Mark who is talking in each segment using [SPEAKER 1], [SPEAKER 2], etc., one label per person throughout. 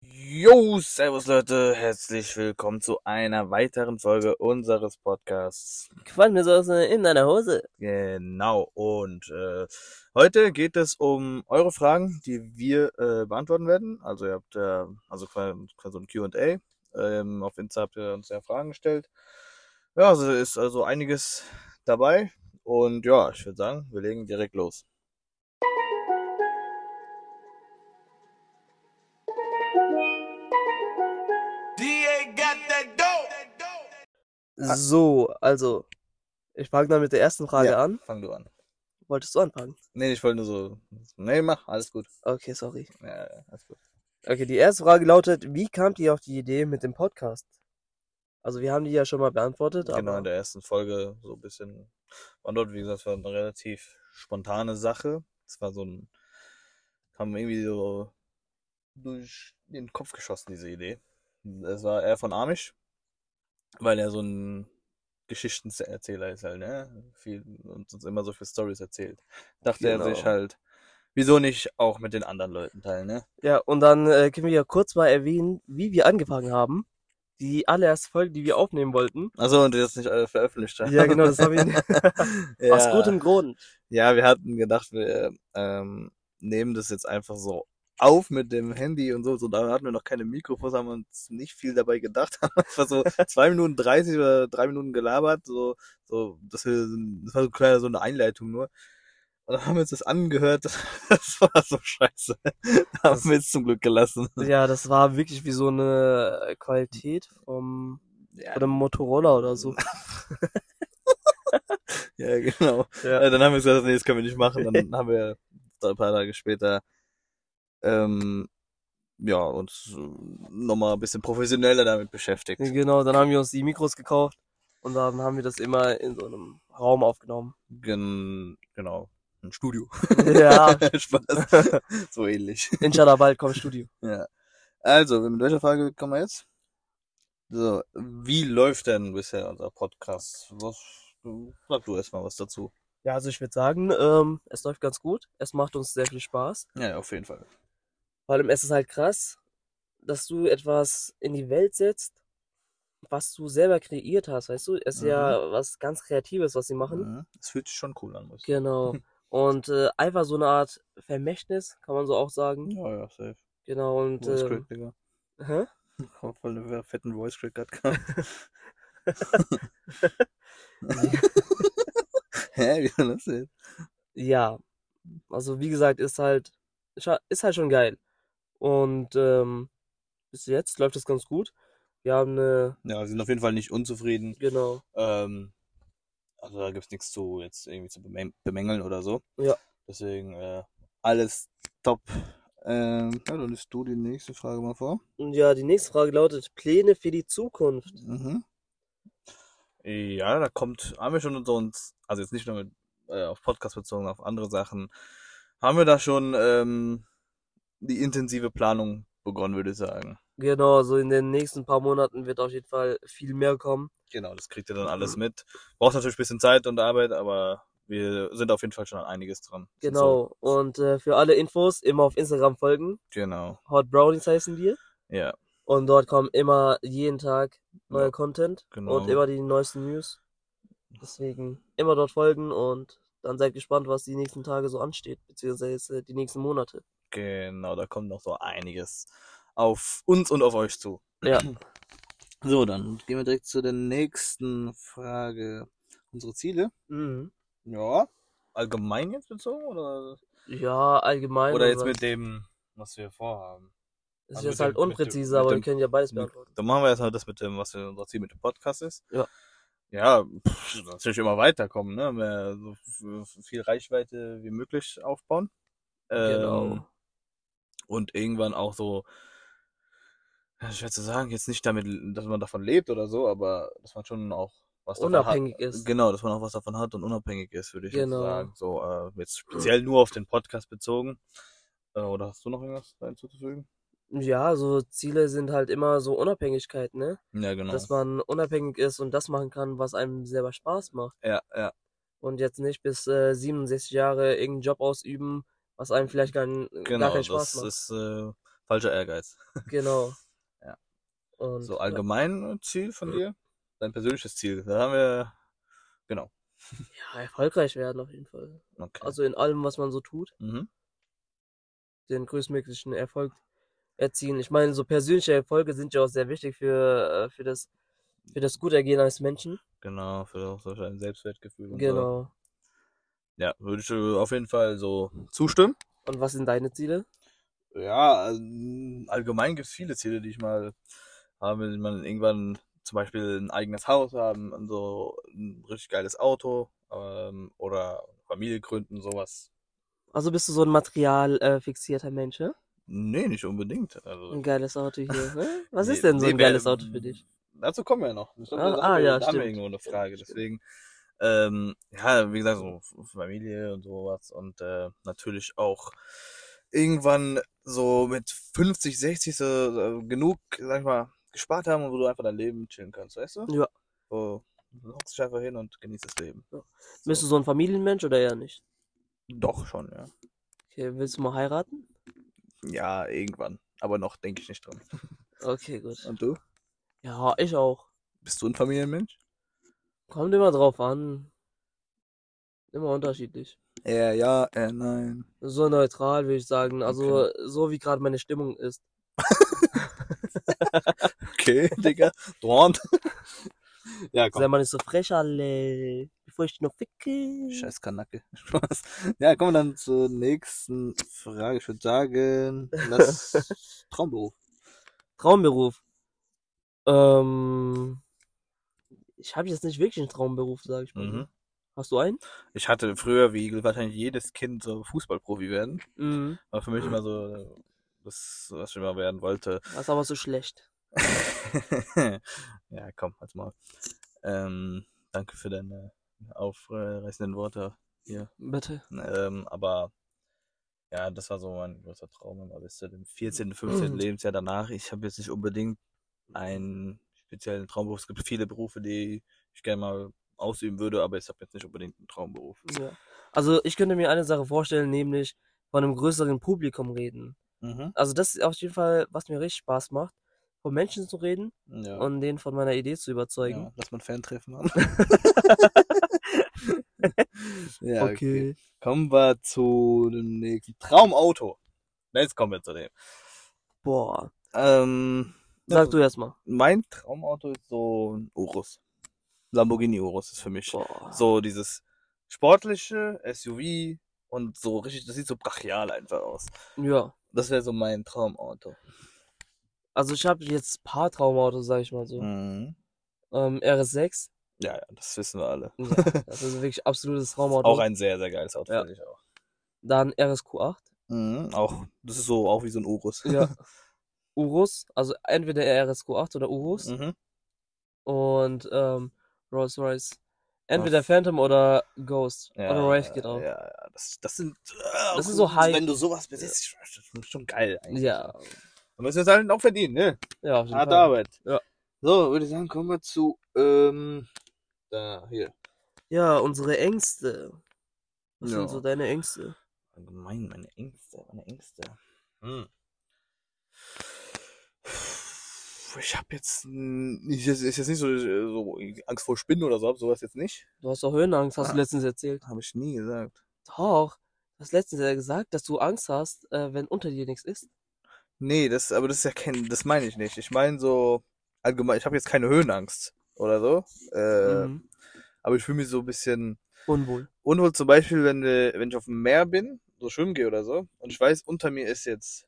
[SPEAKER 1] Yo, servus Leute, herzlich willkommen zu einer weiteren Folge unseres Podcasts.
[SPEAKER 2] Quantensoße äh, in deiner Hose.
[SPEAKER 1] Genau, und äh, heute geht es um eure Fragen, die wir äh, beantworten werden. Also ihr habt ja, also quasi quasi so ein Q&A. Ähm, auf Insta habt ihr uns ja Fragen gestellt. Ja, also ist also einiges dabei. Und ja, ich würde sagen, wir legen direkt los.
[SPEAKER 3] DA got that dope.
[SPEAKER 2] Ah. So, also, ich fange dann mit der ersten Frage
[SPEAKER 1] Ja.
[SPEAKER 2] an.
[SPEAKER 1] Fang du an.
[SPEAKER 2] Wolltest du anfangen?
[SPEAKER 1] Nee, ich wollte nur so. Nee, mach, alles gut.
[SPEAKER 2] Okay, sorry.
[SPEAKER 1] Ja, ja, alles gut.
[SPEAKER 2] Okay, die erste Frage lautet, wie kamt ihr auf die Idee mit dem Podcast? Also, wir haben die ja schon mal beantwortet,
[SPEAKER 1] Genau, in
[SPEAKER 2] aber
[SPEAKER 1] der ersten Folge so ein bisschen. War dort, wie gesagt, war eine relativ spontane Sache. Es war so ein. Haben wir irgendwie so durch den Kopf geschossen, diese Idee. Es war eher von Amish, weil er so ein Geschichtenerzähler ist halt, ne? Viel, und uns immer so viele Stories erzählt. Dachte er sich
[SPEAKER 2] Genau.
[SPEAKER 1] halt, wieso nicht auch mit den anderen Leuten teilen, ne?
[SPEAKER 2] ja, und dann äh, können wir ja kurz mal erwähnen, wie wir angefangen haben. Die allererste Folge, die wir aufnehmen wollten.
[SPEAKER 1] Achso, Also, und das nicht alle veröffentlicht haben.
[SPEAKER 2] Ja, genau, das haben wir
[SPEAKER 1] ja.
[SPEAKER 2] aus gutem Grund.
[SPEAKER 1] Ja, wir hatten gedacht, wir ähm, nehmen das jetzt einfach so auf mit dem Handy und so. So, da hatten wir noch keine Mikrofons, haben uns nicht viel dabei gedacht. Haben einfach so zwei Minuten 30 oder drei Minuten gelabert. So, so, das, wir- das war so kleiner so eine Einleitung nur. Und dann haben wir uns das angehört. Das war so scheiße. Haben wir es zum Glück gelassen.
[SPEAKER 2] Ja, das war wirklich wie so eine Qualität vom,
[SPEAKER 1] Ja,
[SPEAKER 2] von einem Motorola oder so.
[SPEAKER 1] ja genau.
[SPEAKER 2] Ja.
[SPEAKER 1] Äh, Dann haben wir gesagt, nee, das können wir nicht machen. Dann haben wir da ein paar Tage später ähm, ja, uns nochmal ein bisschen professioneller damit beschäftigt.
[SPEAKER 2] Genau, dann haben wir uns die Mikros gekauft und dann haben wir das immer in so einem Raum aufgenommen.
[SPEAKER 1] Gen genau. Ein Studio.
[SPEAKER 2] ja,
[SPEAKER 1] Spaß. so ähnlich.
[SPEAKER 2] inshallah bald kommt Studio.
[SPEAKER 1] Ja. Also, mit welcher Frage kommen wir jetzt? So, wie läuft denn bisher unser Podcast? Was, sag du erstmal was dazu.
[SPEAKER 2] Ja, also ich würde sagen, ähm, es läuft ganz gut. Es macht uns sehr viel Spaß.
[SPEAKER 1] Ja, ja, auf jeden Fall.
[SPEAKER 2] Vor allem es ist halt krass, dass du etwas in die Welt setzt, was du selber kreiert hast. Weißt du, es ist ja was ganz Kreatives, was sie machen.
[SPEAKER 1] Mhm. Es fühlt sich schon cool an, muss ich
[SPEAKER 2] Genau. Und äh, einfach so eine Art Vermächtnis, kann man so auch sagen.
[SPEAKER 1] Ja, ja, safe.
[SPEAKER 2] Genau, und
[SPEAKER 1] Voice
[SPEAKER 2] ähm,
[SPEAKER 1] Crack, Digga.
[SPEAKER 2] hä?
[SPEAKER 1] Voll einen fetten Voice Crack gerade gehabt. Hä, wie war das denn?
[SPEAKER 2] Ja, also wie gesagt, ist halt, scha- ist halt schon geil. Und ähm, bis jetzt läuft das ganz gut. Wir haben eine,
[SPEAKER 1] Ja, wir sind auf jeden Fall nicht unzufrieden.
[SPEAKER 2] genau,
[SPEAKER 1] Ähm, also da gibt's nichts zu jetzt irgendwie zu bemäng- bemängeln oder so.
[SPEAKER 2] Ja.
[SPEAKER 1] Deswegen äh, alles top. Ähm, ja, dann liest du die nächste Frage mal vor.
[SPEAKER 2] und ja, die nächste Frage lautet, Pläne für die Zukunft.
[SPEAKER 1] Mhm. Ja, da kommt, haben wir schon so uns, also jetzt nicht nur mit, äh, auf Podcast bezogen, auf andere Sachen, haben wir da schon ähm, die intensive Planung begonnen, würde ich sagen.
[SPEAKER 2] Genau, also in den nächsten paar Monaten wird auf jeden Fall viel mehr kommen.
[SPEAKER 1] Genau, das kriegt ihr dann alles mit. Braucht natürlich ein bisschen Zeit und Arbeit, aber wir sind auf jeden Fall schon an einiges dran. Sind So,
[SPEAKER 2] Genau, und äh, für alle Infos immer auf Instagram folgen.
[SPEAKER 1] genau.
[SPEAKER 2] Hot Brownies heißen wir.
[SPEAKER 1] Ja,
[SPEAKER 2] Und dort kommen immer jeden Tag neuer
[SPEAKER 1] Ja,
[SPEAKER 2] Content
[SPEAKER 1] genau.
[SPEAKER 2] und immer die neuesten News. Deswegen immer dort folgen und dann seid gespannt, was die nächsten Tage so ansteht, beziehungsweise äh, die nächsten Monate.
[SPEAKER 1] genau, da kommt noch so einiges auf uns und auf euch zu.
[SPEAKER 2] Ja.
[SPEAKER 1] So, dann gehen wir direkt zu der nächsten Frage. Unsere Ziele?
[SPEAKER 2] Mhm.
[SPEAKER 1] Ja. Allgemein jetzt bezogen oder?
[SPEAKER 2] Ja, allgemein.
[SPEAKER 1] Oder jetzt
[SPEAKER 2] aber
[SPEAKER 1] mit dem, was wir vorhaben.
[SPEAKER 2] Es ist
[SPEAKER 1] also
[SPEAKER 2] jetzt
[SPEAKER 1] mit
[SPEAKER 2] halt
[SPEAKER 1] dem- mit dem-
[SPEAKER 2] unpräzise,
[SPEAKER 1] mit
[SPEAKER 2] aber
[SPEAKER 1] dem-
[SPEAKER 2] wir können ja beides
[SPEAKER 1] mit-
[SPEAKER 2] beantworten.
[SPEAKER 1] Dann machen wir erstmal das mit dem, was wir- unser Ziel mit dem Podcast ist.
[SPEAKER 2] Ja.
[SPEAKER 1] Ja, pff, natürlich immer weiterkommen, ne? Mehr so f- viel Reichweite wie möglich aufbauen. Ähm,
[SPEAKER 2] Genau.
[SPEAKER 1] Und irgendwann auch so, ja, schwer zu sagen, jetzt nicht damit, dass man davon lebt oder so, aber dass man schon auch was davon
[SPEAKER 2] Unabhängig
[SPEAKER 1] hat.
[SPEAKER 2] ist.
[SPEAKER 1] Genau, dass man auch was davon hat und unabhängig ist, würde ich jetzt
[SPEAKER 2] Genau.
[SPEAKER 1] sagen. So, äh, jetzt speziell nur auf den Podcast bezogen. Äh, oder hast du noch irgendwas hinzuzufügen?
[SPEAKER 2] Ja, so Ziele sind halt immer so Unabhängigkeit, ne?
[SPEAKER 1] Ja, genau.
[SPEAKER 2] Dass man unabhängig ist und das machen kann, was einem selber Spaß macht.
[SPEAKER 1] Ja, ja.
[SPEAKER 2] und jetzt nicht bis äh, 67 Jahre irgendeinen Job ausüben, was einem vielleicht gar,
[SPEAKER 1] Genau,
[SPEAKER 2] gar keinen Spaß
[SPEAKER 1] das
[SPEAKER 2] macht.
[SPEAKER 1] ist äh, falscher Ehrgeiz.
[SPEAKER 2] Genau. Und
[SPEAKER 1] So
[SPEAKER 2] ja.
[SPEAKER 1] allgemein äh, Ziel von dir? Dein persönliches Ziel. Da haben wir. Genau.
[SPEAKER 2] ja, erfolgreich werden auf jeden Fall.
[SPEAKER 1] Okay.
[SPEAKER 2] Also in allem, was man so tut.
[SPEAKER 1] mhm.
[SPEAKER 2] den größtmöglichen Erfolg erzielen. Ich meine, so persönliche Erfolge sind ja auch sehr wichtig für, äh, für das, für das Gutergehen eines Menschen.
[SPEAKER 1] Genau, für auch so ein Selbstwertgefühl und so.
[SPEAKER 2] Genau.
[SPEAKER 1] Ja, würde ich äh, auf jeden Fall so zustimmen.
[SPEAKER 2] Und was sind deine Ziele?
[SPEAKER 1] Ja, also, mh, allgemein gibt es viele Ziele, die ich mal habe. Ich meine, irgendwann zum Beispiel ein eigenes Haus haben, und so ein richtig geiles Auto ähm, oder Familie gründen, sowas.
[SPEAKER 2] Also bist du so ein materialfixierter äh, fixierter Mensch, ne?
[SPEAKER 1] Nee, nicht unbedingt. Also,
[SPEAKER 2] Ein geiles Auto hier, ne? Was
[SPEAKER 1] Nee,
[SPEAKER 2] ist denn so
[SPEAKER 1] nee,
[SPEAKER 2] ein
[SPEAKER 1] wer-
[SPEAKER 2] geiles Auto für dich?
[SPEAKER 1] Dazu kommen wir ja noch. Ich glaub,
[SPEAKER 2] Ah,
[SPEAKER 1] da- da
[SPEAKER 2] ah, ja,
[SPEAKER 1] haben wir
[SPEAKER 2] stimmt.
[SPEAKER 1] irgendwo eine Frage. Deswegen, ähm, ja, wie gesagt, so Familie und sowas und äh, natürlich auch irgendwann so mit 50, 60 so, äh, genug, sag ich mal, gespart haben und wo du einfach dein Leben chillen kannst, weißt du?
[SPEAKER 2] Ja.
[SPEAKER 1] So, du hockst dich einfach hin und genießt das Leben.
[SPEAKER 2] Bist du so ein Familienmensch oder eher nicht?
[SPEAKER 1] Doch schon, ja.
[SPEAKER 2] Okay, willst du mal heiraten?
[SPEAKER 1] Ja, irgendwann. Aber noch denke ich nicht dran.
[SPEAKER 2] Okay, gut.
[SPEAKER 1] Und du?
[SPEAKER 2] Ja, ich auch.
[SPEAKER 1] Bist du ein Familienmensch?
[SPEAKER 2] Kommt immer drauf an. Immer unterschiedlich.
[SPEAKER 1] Ja, ja, äh, nein.
[SPEAKER 2] So neutral würde ich sagen. Also so wie gerade meine Stimmung ist.
[SPEAKER 1] Okay, Digga. Dorn. ja, komm.
[SPEAKER 2] Sei mal nicht so frech, alle. Bevor ich dich noch ficke.
[SPEAKER 1] Scheiß Kanacke. Spaß. Ja, kommen wir dann zur nächsten Frage. Ich würde sagen, das Traumberuf.
[SPEAKER 2] Traumberuf. Ähm. Ich habe jetzt nicht wirklich einen Traumberuf, sage ich mal. so.
[SPEAKER 1] Mhm.
[SPEAKER 2] Hast du einen?
[SPEAKER 1] Ich hatte früher, wie wahrscheinlich jedes Kind, so Fußballprofi werden.
[SPEAKER 2] Mhm.
[SPEAKER 1] War für mich immer so das, was ich immer werden wollte.
[SPEAKER 2] Das ist aber so schlecht.
[SPEAKER 1] ja, komm, halt's mal. Ähm, danke für deine aufreißenden Worte.
[SPEAKER 2] Bitte.
[SPEAKER 1] Ähm, aber ja, das war so mein großer Traum. Aber bis zu dem 14., 15. Lebensjahr danach, ich habe jetzt nicht unbedingt einen speziellen Traumberuf. Es gibt viele Berufe, die ich gerne mal ausüben würde, aber ich habe jetzt nicht unbedingt einen Traumberuf.
[SPEAKER 2] Ja. Also, ich könnte mir eine Sache vorstellen, nämlich von einem größeren Publikum reden.
[SPEAKER 1] Mhm.
[SPEAKER 2] Also, das ist auf jeden Fall, was mir richtig Spaß macht, von Menschen zu reden
[SPEAKER 1] Ja.
[SPEAKER 2] und denen von meiner Idee zu überzeugen.
[SPEAKER 1] ja. Lass mal ein Fantreffen haben. ja,
[SPEAKER 2] okay.
[SPEAKER 1] Kommen wir zu dem nächsten Traumauto. Na, Jetzt kommen wir zu dem.
[SPEAKER 2] Boah.
[SPEAKER 1] Ähm,
[SPEAKER 2] Sag du erst mal.
[SPEAKER 1] mein Traumauto ist so ein Urus. Lamborghini Urus ist für mich.
[SPEAKER 2] Boah.
[SPEAKER 1] So dieses sportliche SUV und so richtig, das sieht so brachial einfach aus.
[SPEAKER 2] Ja.
[SPEAKER 1] Das wäre so mein Traumauto.
[SPEAKER 2] Also ich habe jetzt ein paar Traumautos, sag ich mal so.
[SPEAKER 1] Mhm.
[SPEAKER 2] Ähm, RS6,
[SPEAKER 1] Ja, ja, das wissen wir alle.
[SPEAKER 2] ja, das ist wirklich absolutes Traumauto.
[SPEAKER 1] Auch ein sehr, sehr geiles Auto,
[SPEAKER 2] Ja.
[SPEAKER 1] finde ich auch.
[SPEAKER 2] Dann RSQ8,
[SPEAKER 1] Mhm. Auch, das ist so auch wie so ein Urus.
[SPEAKER 2] ja. Urus, also entweder RSQ8 oder Urus.
[SPEAKER 1] Mhm.
[SPEAKER 2] Und ähm, Rolls-Royce. Entweder Phantom oder Ghost.
[SPEAKER 1] Ja,
[SPEAKER 2] oder Wraith geht auch.
[SPEAKER 1] Ja, ja. Das, das sind, äh,
[SPEAKER 2] Das ist so high.
[SPEAKER 1] Wenn du sowas besitzt, das ist schon geil eigentlich.
[SPEAKER 2] Ja,
[SPEAKER 1] Aber es ist halt auch verdienen, ne?
[SPEAKER 2] ja, auf jeden
[SPEAKER 1] Harte
[SPEAKER 2] Fall.
[SPEAKER 1] Arbeit.
[SPEAKER 2] Ja.
[SPEAKER 1] So, würde ich sagen, kommen wir zu, ähm, da, hier.
[SPEAKER 2] Ja, unsere Ängste. Was
[SPEAKER 1] Ja.
[SPEAKER 2] sind so deine Ängste?
[SPEAKER 1] Allgemein, meine Ängste, meine Ängste. Hm. Ich habe jetzt, n- ich, es ist jetzt nicht so, äh, so Angst vor Spinnen oder so, hab sowas jetzt nicht.
[SPEAKER 2] Du hast doch Höhenangst, hast
[SPEAKER 1] Ah.
[SPEAKER 2] du letztens erzählt.
[SPEAKER 1] Habe ich nie gesagt.
[SPEAKER 2] Doch, du hast letztens ja gesagt, dass du Angst hast, äh, wenn unter dir nichts ist.
[SPEAKER 1] Nee, das, aber das ist ja kein, das meine ich nicht. Ich meine so, allgemein, ich habe jetzt keine Höhenangst oder so. Äh,
[SPEAKER 2] Mhm.
[SPEAKER 1] Aber ich fühle mich so ein bisschen
[SPEAKER 2] Unwohl.
[SPEAKER 1] unwohl, zum Beispiel, wenn, äh, wenn ich auf dem Meer bin, so schwimmen gehe oder so, und ich weiß, unter mir ist jetzt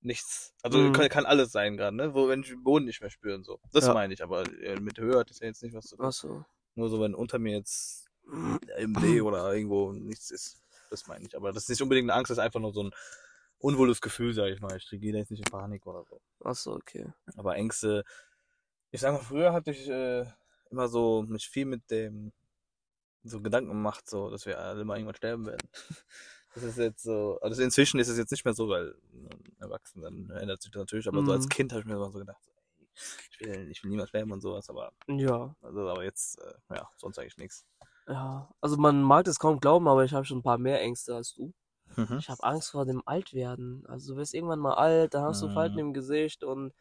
[SPEAKER 1] nichts. Also
[SPEAKER 2] Mhm.
[SPEAKER 1] kann, kann alles sein gerade, ne? Wo, wenn ich den Boden nicht mehr spüre und so. Das
[SPEAKER 2] Ja.
[SPEAKER 1] meine ich, aber äh, mit Höhe hat das ja jetzt nicht was zu tun.
[SPEAKER 2] Achso.
[SPEAKER 1] Nur so, wenn unter mir jetzt im See oder irgendwo nichts ist. Das meine ich. Aber das ist nicht unbedingt eine Angst, das ist einfach nur so ein unwohles Gefühl, sage ich mal. Ich gehe da jetzt nicht in Panik oder so.
[SPEAKER 2] Achso, okay.
[SPEAKER 1] Aber Ängste, ich sag mal, früher hatte ich äh, immer so mich viel mit dem so Gedanken gemacht, so, dass wir alle mal irgendwann sterben werden. Das ist jetzt so, also inzwischen ist es jetzt nicht mehr so, weil äh, erwachsen, dann ändert sich das natürlich, aber so als
[SPEAKER 2] Mhm.
[SPEAKER 1] Kind habe ich mir immer so gedacht, ey, ich will, ich will niemals sterben und sowas, aber,
[SPEAKER 2] Ja.
[SPEAKER 1] also, aber jetzt, äh, ja, sonst eigentlich nichts.
[SPEAKER 2] Ja. Also man mag das kaum glauben, aber ich habe schon ein paar mehr Ängste als du.
[SPEAKER 1] Mhm.
[SPEAKER 2] Ich habe Angst vor dem Altwerden. Also du wirst irgendwann mal alt, dann hast du Falten
[SPEAKER 1] Mhm.
[SPEAKER 2] im Gesicht und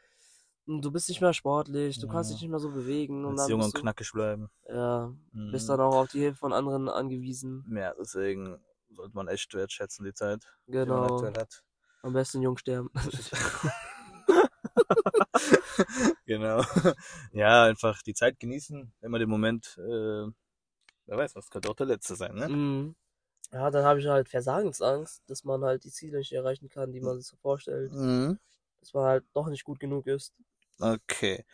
[SPEAKER 2] Und Du bist nicht mehr sportlich, du kannst
[SPEAKER 1] Ja.
[SPEAKER 2] dich nicht mehr so bewegen und
[SPEAKER 1] Willst
[SPEAKER 2] dann
[SPEAKER 1] jung
[SPEAKER 2] bist
[SPEAKER 1] und
[SPEAKER 2] du,
[SPEAKER 1] knackig bleiben.
[SPEAKER 2] ja,
[SPEAKER 1] Mhm.
[SPEAKER 2] bist dann auch auf die Hilfe von anderen angewiesen.
[SPEAKER 1] Ja, deswegen sollte man echt wertschätzen, die Zeit, die man
[SPEAKER 2] Genau.
[SPEAKER 1] aktuell hat.
[SPEAKER 2] Am besten jung sterben.
[SPEAKER 1] Genau. Ja, einfach die Zeit genießen, immer den Moment, äh, wer weiß, das könnte auch der letzte sein, ne?
[SPEAKER 2] Mhm. Ja, dann habe ich halt Versagensangst, dass man halt die Ziele nicht erreichen kann, die man sich so vorstellt.
[SPEAKER 1] Mhm.
[SPEAKER 2] Dass man halt doch nicht gut genug ist.
[SPEAKER 1] Okay.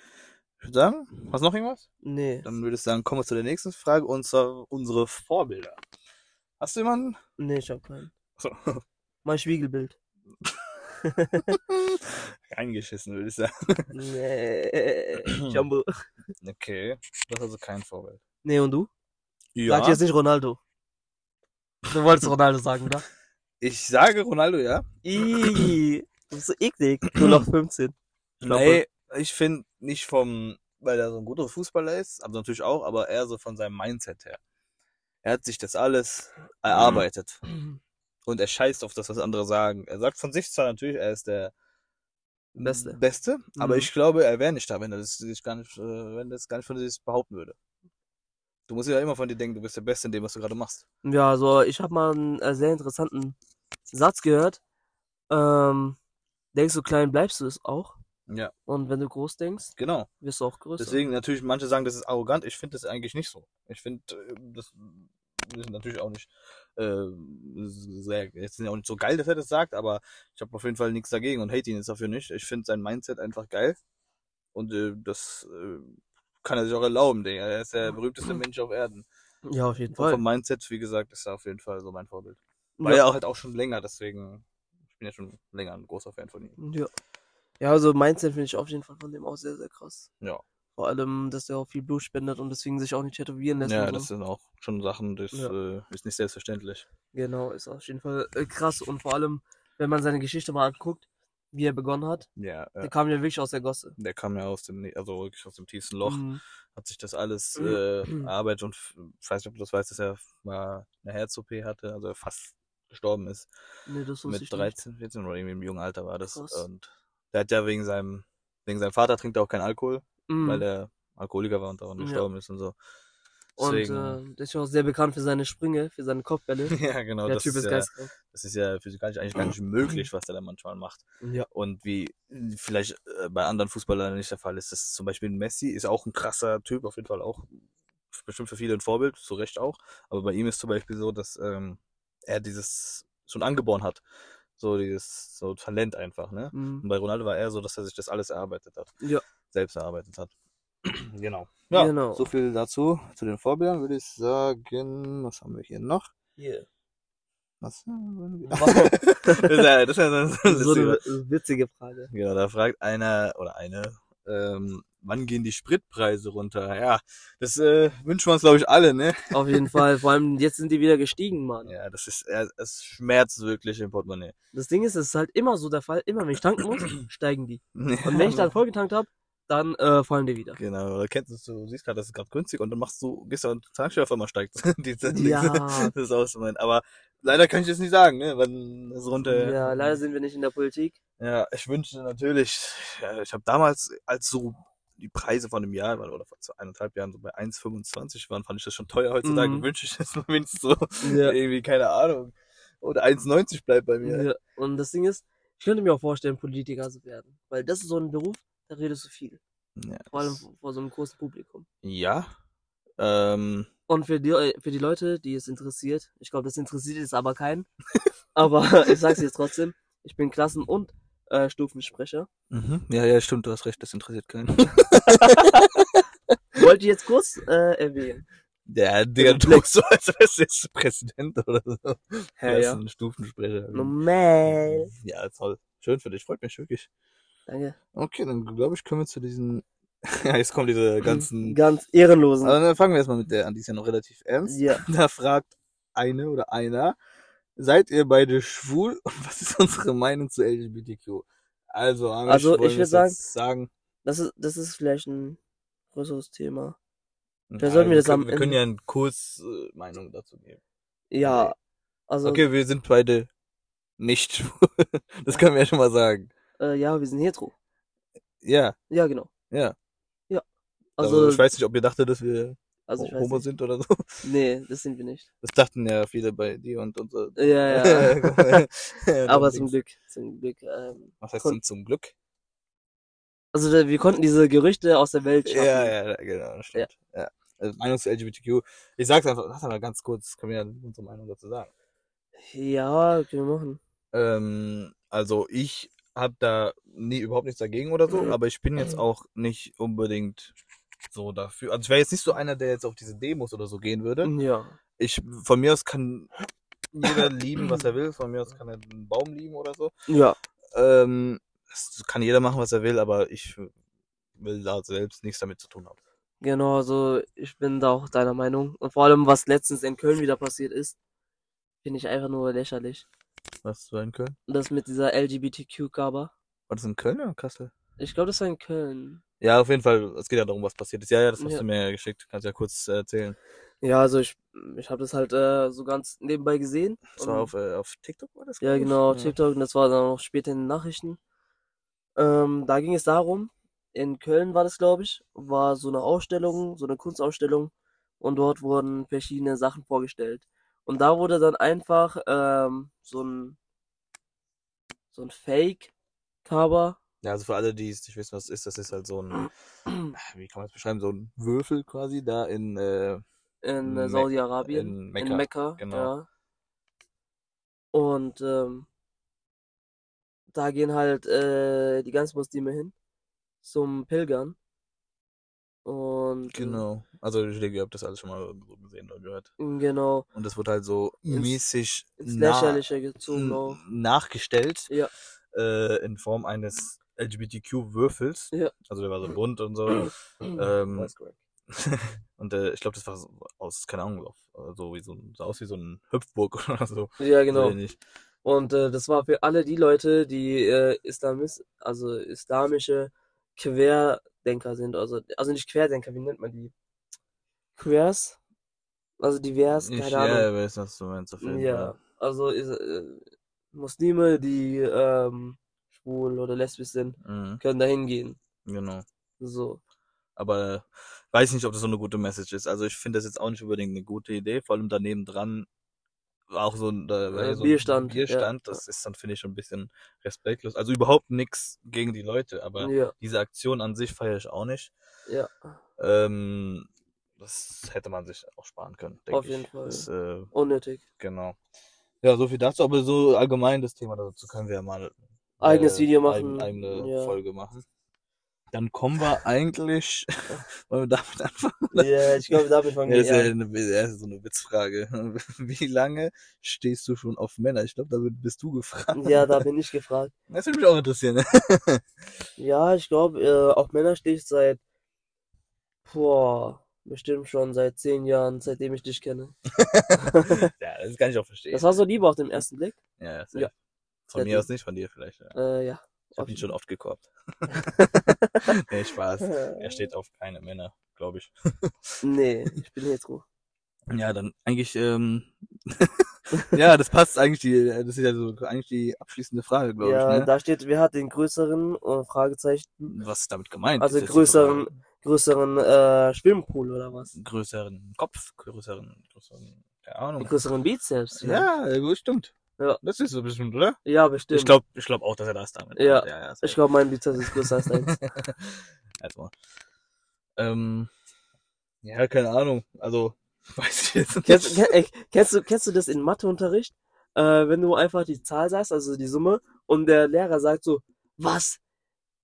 [SPEAKER 1] Ich würde sagen, hast du noch irgendwas?
[SPEAKER 2] Nee.
[SPEAKER 1] Dann würde ich sagen, kommen wir zu der nächsten Frage und zwar unsere Vorbilder. Hast du jemanden?
[SPEAKER 2] Nee, ich habe keinen.
[SPEAKER 1] So.
[SPEAKER 2] Mein Spiegelbild.
[SPEAKER 1] Eingeschissen, würde ich sagen.
[SPEAKER 2] Nee. Jumbo.
[SPEAKER 1] Okay. Du hast also kein Vorbild.
[SPEAKER 2] Nee, und du?
[SPEAKER 1] Ja.
[SPEAKER 2] Sag jetzt nicht Ronaldo. Du wolltest Ronaldo sagen, oder?
[SPEAKER 1] Ich sage Ronaldo, ja.
[SPEAKER 2] Ih, du bist so eklig. Nur noch 15. Schlappe.
[SPEAKER 1] Nee, ich finde nicht vom, weil er so ein guter Fußballer ist, aber natürlich auch, aber eher so von seinem Mindset her. Er hat sich das alles erarbeitet
[SPEAKER 2] Mhm.
[SPEAKER 1] und er scheißt auf das, was andere sagen. Er sagt von sich zwar natürlich, er ist der
[SPEAKER 2] Beste.
[SPEAKER 1] Beste, aber
[SPEAKER 2] Mhm.
[SPEAKER 1] ich glaube, er wäre nicht da, wenn er das sich gar nicht, äh, wenn das gar nicht von sich behaupten würde. Du musst ja immer von dir denken, du bist der Beste in dem, was du gerade machst.
[SPEAKER 2] Ja, also ich habe mal einen äh, sehr interessanten Satz gehört. Ähm, denkst du klein, bleibst du es auch.
[SPEAKER 1] Ja.
[SPEAKER 2] Und wenn du groß denkst,
[SPEAKER 1] Genau.
[SPEAKER 2] wirst du auch größer.
[SPEAKER 1] Deswegen natürlich, manche sagen, das ist arrogant. Ich finde das eigentlich nicht so. Ich finde, äh, das das ist natürlich auch nicht äh, sehr, jetzt ist ja auch nicht so geil, dass er das sagt, aber ich habe auf jeden Fall nichts dagegen und hate ihn jetzt dafür nicht. Ich finde sein Mindset einfach geil und äh, das äh, kann er sich auch erlauben. Digga. Er ist der berühmteste Mensch auf Erden.
[SPEAKER 2] Ja, auf jeden
[SPEAKER 1] Und vom
[SPEAKER 2] Fall.
[SPEAKER 1] Mindset, wie gesagt, ist er auf jeden Fall so mein Vorbild. War ja
[SPEAKER 2] Ja.
[SPEAKER 1] auch halt auch schon länger, deswegen ich bin ja schon länger ein großer Fan von ihm.
[SPEAKER 2] Ja. ja, also Mindset finde ich auf jeden Fall von dem auch sehr, sehr krass.
[SPEAKER 1] Ja.
[SPEAKER 2] Vor allem, dass er auch viel Blut spendet und deswegen sich auch nicht tätowieren lässt.
[SPEAKER 1] Ja,
[SPEAKER 2] und so.
[SPEAKER 1] das sind auch schon Sachen, das äh, ist nicht selbstverständlich.
[SPEAKER 2] Genau, ist auf jeden Fall äh, krass. Und vor allem, wenn man seine Geschichte mal anguckt, wie er begonnen hat,
[SPEAKER 1] Ja, äh. ja.
[SPEAKER 2] der kam ja wirklich aus der Gosse.
[SPEAKER 1] Der kam ja aus dem, also wirklich aus dem tiefsten Loch,
[SPEAKER 2] Mhm.
[SPEAKER 1] hat sich das alles äh, erarbeitet und f- ich weiß nicht, ob du das weißt, dass er mal eine Herz-OP hatte, also fast gestorben ist.
[SPEAKER 2] Nee, das wusste
[SPEAKER 1] Mit
[SPEAKER 2] ich nicht.
[SPEAKER 1] 13, 14 oder irgendwie im jungen Alter war das.
[SPEAKER 2] Krass.
[SPEAKER 1] Und der hat ja wegen seinem, wegen seinem Vater trinkt er auch keinen Alkohol,
[SPEAKER 2] Mhm.
[SPEAKER 1] weil er Alkoholiker war und daran
[SPEAKER 2] Ja.
[SPEAKER 1] gestorben ist und so.
[SPEAKER 2] Und
[SPEAKER 1] Deswegen,
[SPEAKER 2] äh, der ist ja auch sehr bekannt für seine Sprünge, für seine Kopfbälle.
[SPEAKER 1] ja genau,
[SPEAKER 2] der
[SPEAKER 1] das
[SPEAKER 2] Typ
[SPEAKER 1] ist
[SPEAKER 2] ist
[SPEAKER 1] ja,
[SPEAKER 2] geistreich.
[SPEAKER 1] das ist ja physikalisch eigentlich gar nicht möglich, was der da manchmal macht.
[SPEAKER 2] Ja.
[SPEAKER 1] Und wie vielleicht äh, bei anderen Fußballern nicht der Fall ist, dass zum Beispiel ein Messi ist auch ein krasser Typ, auf jeden Fall auch bestimmt für viele ein Vorbild, zu Recht auch. Aber bei ihm ist zum Beispiel so, dass ähm, er dieses schon angeboren hat. So dieses so Talent einfach, ne? Und
[SPEAKER 2] Mhm.
[SPEAKER 1] bei Ronaldo war er so, dass er sich das alles erarbeitet hat.
[SPEAKER 2] Ja.
[SPEAKER 1] Selbst erarbeitet hat. genau. Ja,
[SPEAKER 2] Genau.
[SPEAKER 1] so viel dazu, zu den Vorbildern würde ich sagen, was haben wir hier noch? Was?
[SPEAKER 2] Wow.
[SPEAKER 1] das ist ja, das ist ja so ein
[SPEAKER 2] so
[SPEAKER 1] lustiger-
[SPEAKER 2] eine witzige Frage.
[SPEAKER 1] Genau, da fragt einer oder eine, ähm, wann gehen die Spritpreise runter? Ja, das äh, wünschen wir uns, glaube ich, alle, ne?
[SPEAKER 2] Auf jeden Fall. Vor allem, jetzt sind die wieder gestiegen, Mann.
[SPEAKER 1] Ja, das ist, äh, es schmerzt wirklich im Portemonnaie.
[SPEAKER 2] Das Ding ist, es ist halt immer so der Fall. Immer wenn ich tanken muss, steigen die. Und
[SPEAKER 1] Und
[SPEAKER 2] wenn ich dann vollgetankt habe, dann äh, fallen die wieder.
[SPEAKER 1] Genau, oder kennst du, es, du siehst gerade, das ist gerade günstig und dann machst du, gehst du an den Tankstelle, auf einmal steigt diese,
[SPEAKER 2] Ja.
[SPEAKER 1] das ist auch so mein, aber leider kann ich das nicht sagen, ne, wann es runter,
[SPEAKER 2] Ja, leider sind wir nicht in der Politik.
[SPEAKER 1] Ja, ich wünschte natürlich, äh, ich habe damals, als so die Preise von einem Jahr waren, oder vor zwei- eineinhalb Jahren so bei 1,25 waren, fand ich das schon teuer heutzutage.
[SPEAKER 2] Mhm.
[SPEAKER 1] Wünsche ich das mal wenigstens so,
[SPEAKER 2] Ja.
[SPEAKER 1] irgendwie, keine Ahnung. Oder 1,90 bleibt bei mir.
[SPEAKER 2] Ja. Und das Ding ist, ich könnte mir auch vorstellen, Politiker zu werden. Weil das ist so ein Beruf, da redest du viel.
[SPEAKER 1] Ja.
[SPEAKER 2] Vor allem vor so einem großen Publikum.
[SPEAKER 1] Ja. Ähm,
[SPEAKER 2] Und für die, äh, für die Leute, die es interessiert, ich glaube, das interessiert jetzt aber keinen, aber ich sage es jetzt trotzdem, ich bin Klassen- und äh, Stufensprecher.
[SPEAKER 1] mhm. Ja, ja, stimmt, du hast recht, das interessiert keinen.
[SPEAKER 2] Wollte ich jetzt kurz äh, erwähnen.
[SPEAKER 1] Ja, Digga, du
[SPEAKER 2] Blick.
[SPEAKER 1] guckst so, als wärst du jetzt Präsident oder so.
[SPEAKER 2] Hä,
[SPEAKER 1] ja.
[SPEAKER 2] ja.
[SPEAKER 1] ein Stufensprecher.
[SPEAKER 2] Normal.
[SPEAKER 1] Ja, toll. Schön für dich, freut mich wirklich.
[SPEAKER 2] Danke.
[SPEAKER 1] Okay, dann glaube ich, können wir zu diesen. ja, jetzt kommen diese ganzen Ah.
[SPEAKER 2] Ganz ehrenlosen.
[SPEAKER 1] Aber dann fangen wir erstmal mit der an, die ist ja noch relativ ernst.
[SPEAKER 2] ja.
[SPEAKER 1] Da fragt eine oder einer, seid ihr beide schwul und was ist unsere Meinung zu LGBTQ? Also, Amish,
[SPEAKER 2] Also, ich
[SPEAKER 1] wollen wir
[SPEAKER 2] würd
[SPEAKER 1] es jetzt sagen,
[SPEAKER 2] Das ist, das ist vielleicht ein größeres Thema.
[SPEAKER 1] na,
[SPEAKER 2] sollten wir das
[SPEAKER 1] können,
[SPEAKER 2] am
[SPEAKER 1] wir können
[SPEAKER 2] Ende-
[SPEAKER 1] ja eine Kurzmeinung dazu geben.
[SPEAKER 2] Ja.
[SPEAKER 1] Nee.
[SPEAKER 2] Also,
[SPEAKER 1] Okay, wir sind beide nicht schwul. Das können wir ja schon mal sagen.
[SPEAKER 2] äh, ja, wir sind hetero.
[SPEAKER 1] Ja,
[SPEAKER 2] Ja, genau.
[SPEAKER 1] Ja.
[SPEAKER 2] Ja.
[SPEAKER 1] also
[SPEAKER 2] Also,
[SPEAKER 1] ich weiß nicht, ob ihr dachtet, dass wir
[SPEAKER 2] also ich weiß
[SPEAKER 1] Homo
[SPEAKER 2] nicht.
[SPEAKER 1] sind oder so.
[SPEAKER 2] Nee, das sind wir nicht.
[SPEAKER 1] Das dachten ja viele bei dir und unsere.
[SPEAKER 2] Ja, ja. Aber zum
[SPEAKER 1] Dings.
[SPEAKER 2] Glück, zum Glück. Ähm,
[SPEAKER 1] Was heißt denn zum Glück?
[SPEAKER 2] also da- wir konnten diese Gerüchte aus der Welt schaffen.
[SPEAKER 1] Ja, ja, ja, genau, das stimmt. Ja. Also Meinung zu LGBTQ. Ich sag's einfach, lass mal ganz kurz, können wir ja unsere Meinung dazu sagen.
[SPEAKER 2] Ja, können wir machen.
[SPEAKER 1] Ähm, also ich habe da nie überhaupt nichts dagegen oder so, aber ich bin jetzt auch nicht unbedingt so dafür. Also ich wäre jetzt nicht so einer, der jetzt auf diese Demos oder so gehen würde.
[SPEAKER 2] Ja.
[SPEAKER 1] Ich von mir aus kann jeder lieben, was er will. Von mir aus kann er einen Baum lieben oder so.
[SPEAKER 2] Ja.
[SPEAKER 1] Ähm, das kann jeder machen, was er will, aber ich will da selbst nichts damit zu tun haben.
[SPEAKER 2] Genau, also ich bin da auch deiner Meinung. Und vor allem, was letztens in Köln wieder passiert ist, finde ich einfach nur lächerlich.
[SPEAKER 1] Was war in Köln?
[SPEAKER 2] Und das mit dieser LGBTQ-Gaba.
[SPEAKER 1] War das in Köln oder in Kassel?
[SPEAKER 2] Ich glaube, das war in Köln.
[SPEAKER 1] Ja, auf jeden Fall. Es geht ja darum, was passiert ist. Ja, ja, das hast
[SPEAKER 2] Ja.
[SPEAKER 1] du mir ja geschickt. Kannst ja kurz äh, erzählen.
[SPEAKER 2] Ja, also ich, ich habe das halt äh, so ganz nebenbei gesehen.
[SPEAKER 1] Das war
[SPEAKER 2] Und-
[SPEAKER 1] auf, äh, auf TikTok, war das?
[SPEAKER 2] Ja,
[SPEAKER 1] glaub ich?
[SPEAKER 2] genau, auf TikTok, und das war dann auch später in den Nachrichten. Ähm, da ging es darum, in Köln war das, glaube ich, war so eine Ausstellung, so eine Kunstausstellung, und dort wurden verschiedene Sachen vorgestellt. Und da wurde dann einfach ähm, so ein, so ein Fake-Cover.
[SPEAKER 1] Ja, also für alle, die es nicht wissen, was es ist, das ist halt so ein, wie kann man es beschreiben, so ein Würfel quasi da in, äh,
[SPEAKER 2] in
[SPEAKER 1] Me-
[SPEAKER 2] äh, Saudi-Arabien,
[SPEAKER 1] in Mekka,
[SPEAKER 2] in Mekka,
[SPEAKER 1] genau.
[SPEAKER 2] ja. Und ähm, da gehen halt äh, die ganzen Muslime hin zum Pilgern. Und äh,
[SPEAKER 1] genau. Also ich denke, ihr habt das alles schon mal so gesehen oder gehört.
[SPEAKER 2] genau
[SPEAKER 1] Und das wird halt so
[SPEAKER 2] Ins-
[SPEAKER 1] mäßig
[SPEAKER 2] ins
[SPEAKER 1] na-
[SPEAKER 2] Lächerliche gezogen auch.
[SPEAKER 1] nachgestellt
[SPEAKER 2] Ja.
[SPEAKER 1] äh, in Form eines LGBTQ-Würfels.
[SPEAKER 2] Ja.
[SPEAKER 1] Also der war so bunt und so. ähm,
[SPEAKER 2] Weiß Greg.
[SPEAKER 1] und äh, ich glaube, das war so aus, keine Ahnung, auf, so, wie so, ein- so aus wie so ein Hüpfburg oder so.
[SPEAKER 2] Ja, genau.
[SPEAKER 1] Weiß ich nicht.
[SPEAKER 2] Und äh, das war für alle die Leute, die äh, Islamis, also islamische Querdenker sind. Also, also nicht Querdenker, wie nennt man die? Quers? Also divers,
[SPEAKER 1] Ich,
[SPEAKER 2] keine
[SPEAKER 1] ja,
[SPEAKER 2] Ahnung.
[SPEAKER 1] ich weiß, was du meinst, auf jeden
[SPEAKER 2] Ja,
[SPEAKER 1] Fall.
[SPEAKER 2] also ist, äh, Muslime, die ähm, schwul oder lesbisch sind,
[SPEAKER 1] Mhm,
[SPEAKER 2] können da hingehen.
[SPEAKER 1] genau.
[SPEAKER 2] So.
[SPEAKER 1] Aber äh, weiß nicht, ob das so eine gute Message ist. Also ich finde das jetzt auch nicht unbedingt eine gute Idee. Vor allem daneben dran war auch so ein, da war
[SPEAKER 2] Äh,
[SPEAKER 1] ja so ein
[SPEAKER 2] Bierstand, ja.
[SPEAKER 1] Bierstand. Das ist dann, finde ich, schon ein bisschen respektlos. Also überhaupt nichts gegen die Leute, aber
[SPEAKER 2] Ja,
[SPEAKER 1] diese Aktion an sich feiere ich auch nicht.
[SPEAKER 2] ja.
[SPEAKER 1] Ähm, das hätte man sich auch sparen können, denke
[SPEAKER 2] Auf
[SPEAKER 1] ich.
[SPEAKER 2] jeden Fall.
[SPEAKER 1] Das, äh,
[SPEAKER 2] Unnötig.
[SPEAKER 1] genau. Ja, so viel dazu, aber so allgemein das Thema dazu können wir ja mal
[SPEAKER 2] Eigenes
[SPEAKER 1] äh,
[SPEAKER 2] Video
[SPEAKER 1] eig-
[SPEAKER 2] machen,
[SPEAKER 1] eigene
[SPEAKER 2] ja.
[SPEAKER 1] Folge machen. Dann kommen wir eigentlich, wollen wir damit anfangen?
[SPEAKER 2] Ja, ich glaube, damit fangen
[SPEAKER 1] Das
[SPEAKER 2] wir
[SPEAKER 1] ist ja
[SPEAKER 2] an.
[SPEAKER 1] eine, das ist so eine Witzfrage. Wie lange stehst du schon auf Männer? Ich glaube, damit bist du gefragt.
[SPEAKER 2] Ja, da bin ich gefragt.
[SPEAKER 1] Das würde mich auch interessieren. Ne?
[SPEAKER 2] Ja, ich glaube, äh, auf Männer stehe ich seit, boah, bestimmt schon seit zehn Jahren, seitdem ich dich kenne.
[SPEAKER 1] ja, das kann ich auch verstehen.
[SPEAKER 2] Das war so Liebe auf den ersten Blick.
[SPEAKER 1] ja, safe.
[SPEAKER 2] Ja.
[SPEAKER 1] Von mir
[SPEAKER 2] Seitdem.
[SPEAKER 1] aus nicht, von dir vielleicht. Ja.
[SPEAKER 2] Äh, ja.
[SPEAKER 1] Ich habe ihn schon oft gekorbt. nee, Spaß. Er steht auf keine Männer, glaube ich.
[SPEAKER 2] Nee, ich bin hetero.
[SPEAKER 1] Ja, dann eigentlich, ähm, ja, das passt eigentlich die, das ist ja so eigentlich die abschließende Frage, glaube
[SPEAKER 2] Ja,
[SPEAKER 1] ich. Ne?
[SPEAKER 2] da steht, wer hat den größeren, äh, Fragezeichen,
[SPEAKER 1] Was ist damit gemeint?
[SPEAKER 2] Also
[SPEAKER 1] Ist jetzt die Frage.
[SPEAKER 2] größeren äh, Schwimmpool oder was?
[SPEAKER 1] größeren Kopf, größeren, größeren, keine
[SPEAKER 2] Den
[SPEAKER 1] Ahnung.
[SPEAKER 2] größeren Bizeps? vielleicht?
[SPEAKER 1] Ja, gut, stimmt.
[SPEAKER 2] Ja.
[SPEAKER 1] Das ist so bestimmt, oder?
[SPEAKER 2] Ja, bestimmt.
[SPEAKER 1] Ich glaube ich glaub auch, dass er das damit
[SPEAKER 2] Ja.
[SPEAKER 1] meint. ja, ja,
[SPEAKER 2] Ich glaub, mein Bizeps ist größer als deins.
[SPEAKER 1] Also, ähm, ja, keine Ahnung. Also, weiß ich jetzt nicht.
[SPEAKER 2] Kennst, kenn, ey, kennst, du, kennst du das in Matheunterricht? Äh, wenn du einfach die Zahl sagst, also die Summe, und der Lehrer sagt so, was?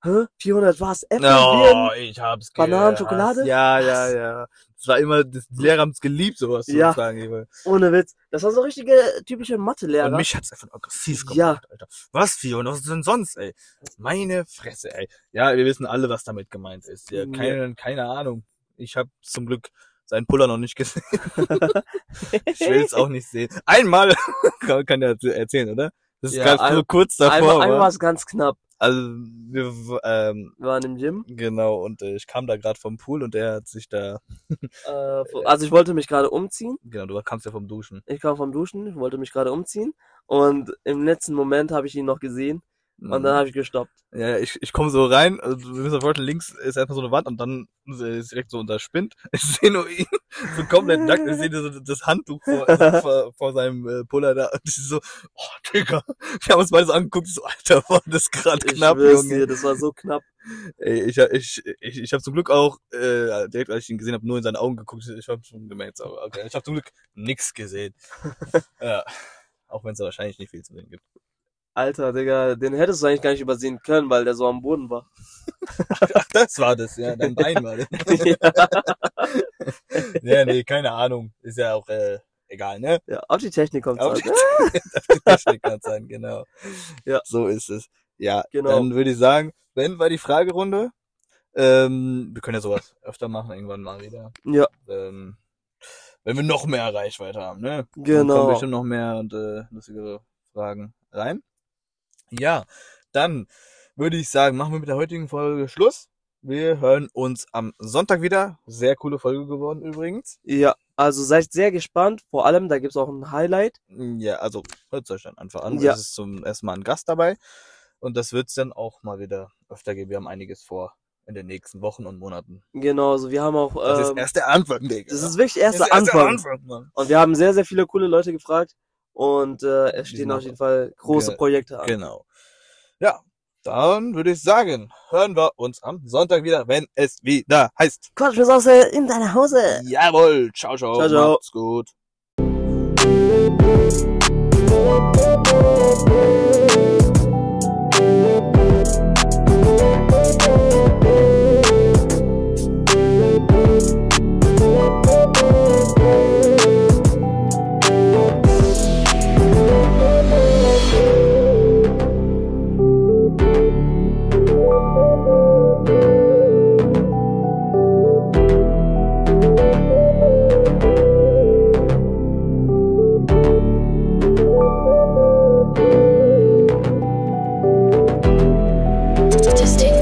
[SPEAKER 2] Hä? 400 was? Äpfel,
[SPEAKER 1] Oh,
[SPEAKER 2] Birnen?
[SPEAKER 1] ich hab's
[SPEAKER 2] Bananen,
[SPEAKER 1] gehasst.
[SPEAKER 2] Schokolade?
[SPEAKER 1] Ja, ja,
[SPEAKER 2] Was?
[SPEAKER 1] ja. Das war immer, das, die Lehrer haben's geliebt, sowas
[SPEAKER 2] Ja.
[SPEAKER 1] zu sagen. Immer.
[SPEAKER 2] Ohne Witz. Das war so ein richtiger, typischer Mathelehrer.
[SPEAKER 1] Und mich hat's einfach aggressiv gemacht,
[SPEAKER 2] ne? Ja.
[SPEAKER 1] Alter. Was, Fiona, was denn sonst, ey? Meine Fresse, ey. Ja, wir wissen alle, was damit gemeint ist. Ja,
[SPEAKER 2] Ja.
[SPEAKER 1] keine, keine Ahnung. Ich habe zum Glück seinen Puller noch nicht gesehen. Ich will's auch nicht sehen. Einmal kann, kann er erzählen, oder? Das ist
[SPEAKER 2] Ja,
[SPEAKER 1] ganz
[SPEAKER 2] ein-
[SPEAKER 1] so kurz davor.
[SPEAKER 2] Einmal, einmal
[SPEAKER 1] war.
[SPEAKER 2] war es ganz knapp.
[SPEAKER 1] Also, wir, ähm,
[SPEAKER 2] Wir waren im Gym.
[SPEAKER 1] genau, und äh, ich kam da gerade vom Pool und er hat sich da,
[SPEAKER 2] Äh, also ich wollte mich gerade umziehen.
[SPEAKER 1] genau, du kamst ja vom Duschen.
[SPEAKER 2] Ich kam vom Duschen, wollte mich gerade umziehen und im letzten Moment habe ich ihn noch gesehen Und dann habe ich gestoppt.
[SPEAKER 1] Ja, ja, ich, ich komme so rein, also du müsst dir vorstellen, links ist erstmal so eine Wand und dann ist direkt so unser Spind. Ich sehe nur ihn, so komplett nackt, ich sehe so das Handtuch vor, so vor, vor seinem äh, Puller da und ich so, oh Digga, wir haben uns beide so angeguckt, so, Alter, war das gerade
[SPEAKER 2] Ich
[SPEAKER 1] knapp,
[SPEAKER 2] schwör's
[SPEAKER 1] Junge.
[SPEAKER 2] dir, das war so knapp.
[SPEAKER 1] Ey, ich, ich, ich, ich habe zum Glück auch, äh, direkt als ich ihn gesehen habe, nur in seine Augen geguckt. Ich habe schon gemerkt, so, okay. ich habe zum Glück nichts gesehen. ja. Auch wenn es da wahrscheinlich nicht viel zu sehen gibt.
[SPEAKER 2] Alter, Digga, den hättest du eigentlich gar nicht übersehen können, weil der so am Boden war.
[SPEAKER 1] Ach, das war das, ja, dein Bein war das. ja, nee, keine Ahnung. Ist ja auch äh, egal, ne?
[SPEAKER 2] Ja, auf die Technik kommt
[SPEAKER 1] Auf
[SPEAKER 2] halt.
[SPEAKER 1] die, auf die Technik kann sein, genau.
[SPEAKER 2] Ja.
[SPEAKER 1] So ist es. Ja,
[SPEAKER 2] Genau.
[SPEAKER 1] dann würde ich sagen, wenn war die Fragerunde. Ähm, wir können ja sowas öfter machen, irgendwann mal wieder.
[SPEAKER 2] Ja.
[SPEAKER 1] Ähm, wenn wir noch mehr Reichweite haben, ne? Dann kommen
[SPEAKER 2] Genau.
[SPEAKER 1] bestimmt noch mehr und äh, lustigere Fragen rein. Ja, dann würde ich sagen, machen wir mit der heutigen Folge Schluss. Wir hören uns am Sonntag wieder. Sehr coole Folge geworden übrigens.
[SPEAKER 2] Ja, also seid sehr gespannt. Vor allem, da gibt's auch ein Highlight.
[SPEAKER 1] Ja, also hört euch dann einfach an.
[SPEAKER 2] Ja.
[SPEAKER 1] Ja. Es ist zum ersten Mal ein Gast dabei. Und das wird's dann auch mal wieder öfter geben. Wir haben einiges vor in den nächsten Wochen und Monaten.
[SPEAKER 2] Genau, also wir haben auch.
[SPEAKER 1] Das
[SPEAKER 2] ähm,
[SPEAKER 1] ist erst der Anfang, Digga.
[SPEAKER 2] das ist wirklich erst
[SPEAKER 1] Das ist
[SPEAKER 2] der
[SPEAKER 1] erst der
[SPEAKER 2] Anfang.
[SPEAKER 1] Anfang, Mann.
[SPEAKER 2] Und wir haben sehr, sehr viele coole Leute gefragt. Und äh, es
[SPEAKER 1] Die
[SPEAKER 2] stehen
[SPEAKER 1] sind
[SPEAKER 2] auf
[SPEAKER 1] auch-
[SPEAKER 2] jeden Fall große
[SPEAKER 1] Ge-
[SPEAKER 2] Projekte an.
[SPEAKER 1] Genau. Ja, dann würde ich sagen, hören wir uns am Sonntag wieder, wenn es wieder heißt.
[SPEAKER 2] Quatsch, wir sind in deiner Hause.
[SPEAKER 1] Jawohl, ciao, ciao,
[SPEAKER 2] Äh. Ciao, ciao.
[SPEAKER 1] macht's gut.
[SPEAKER 4] Just take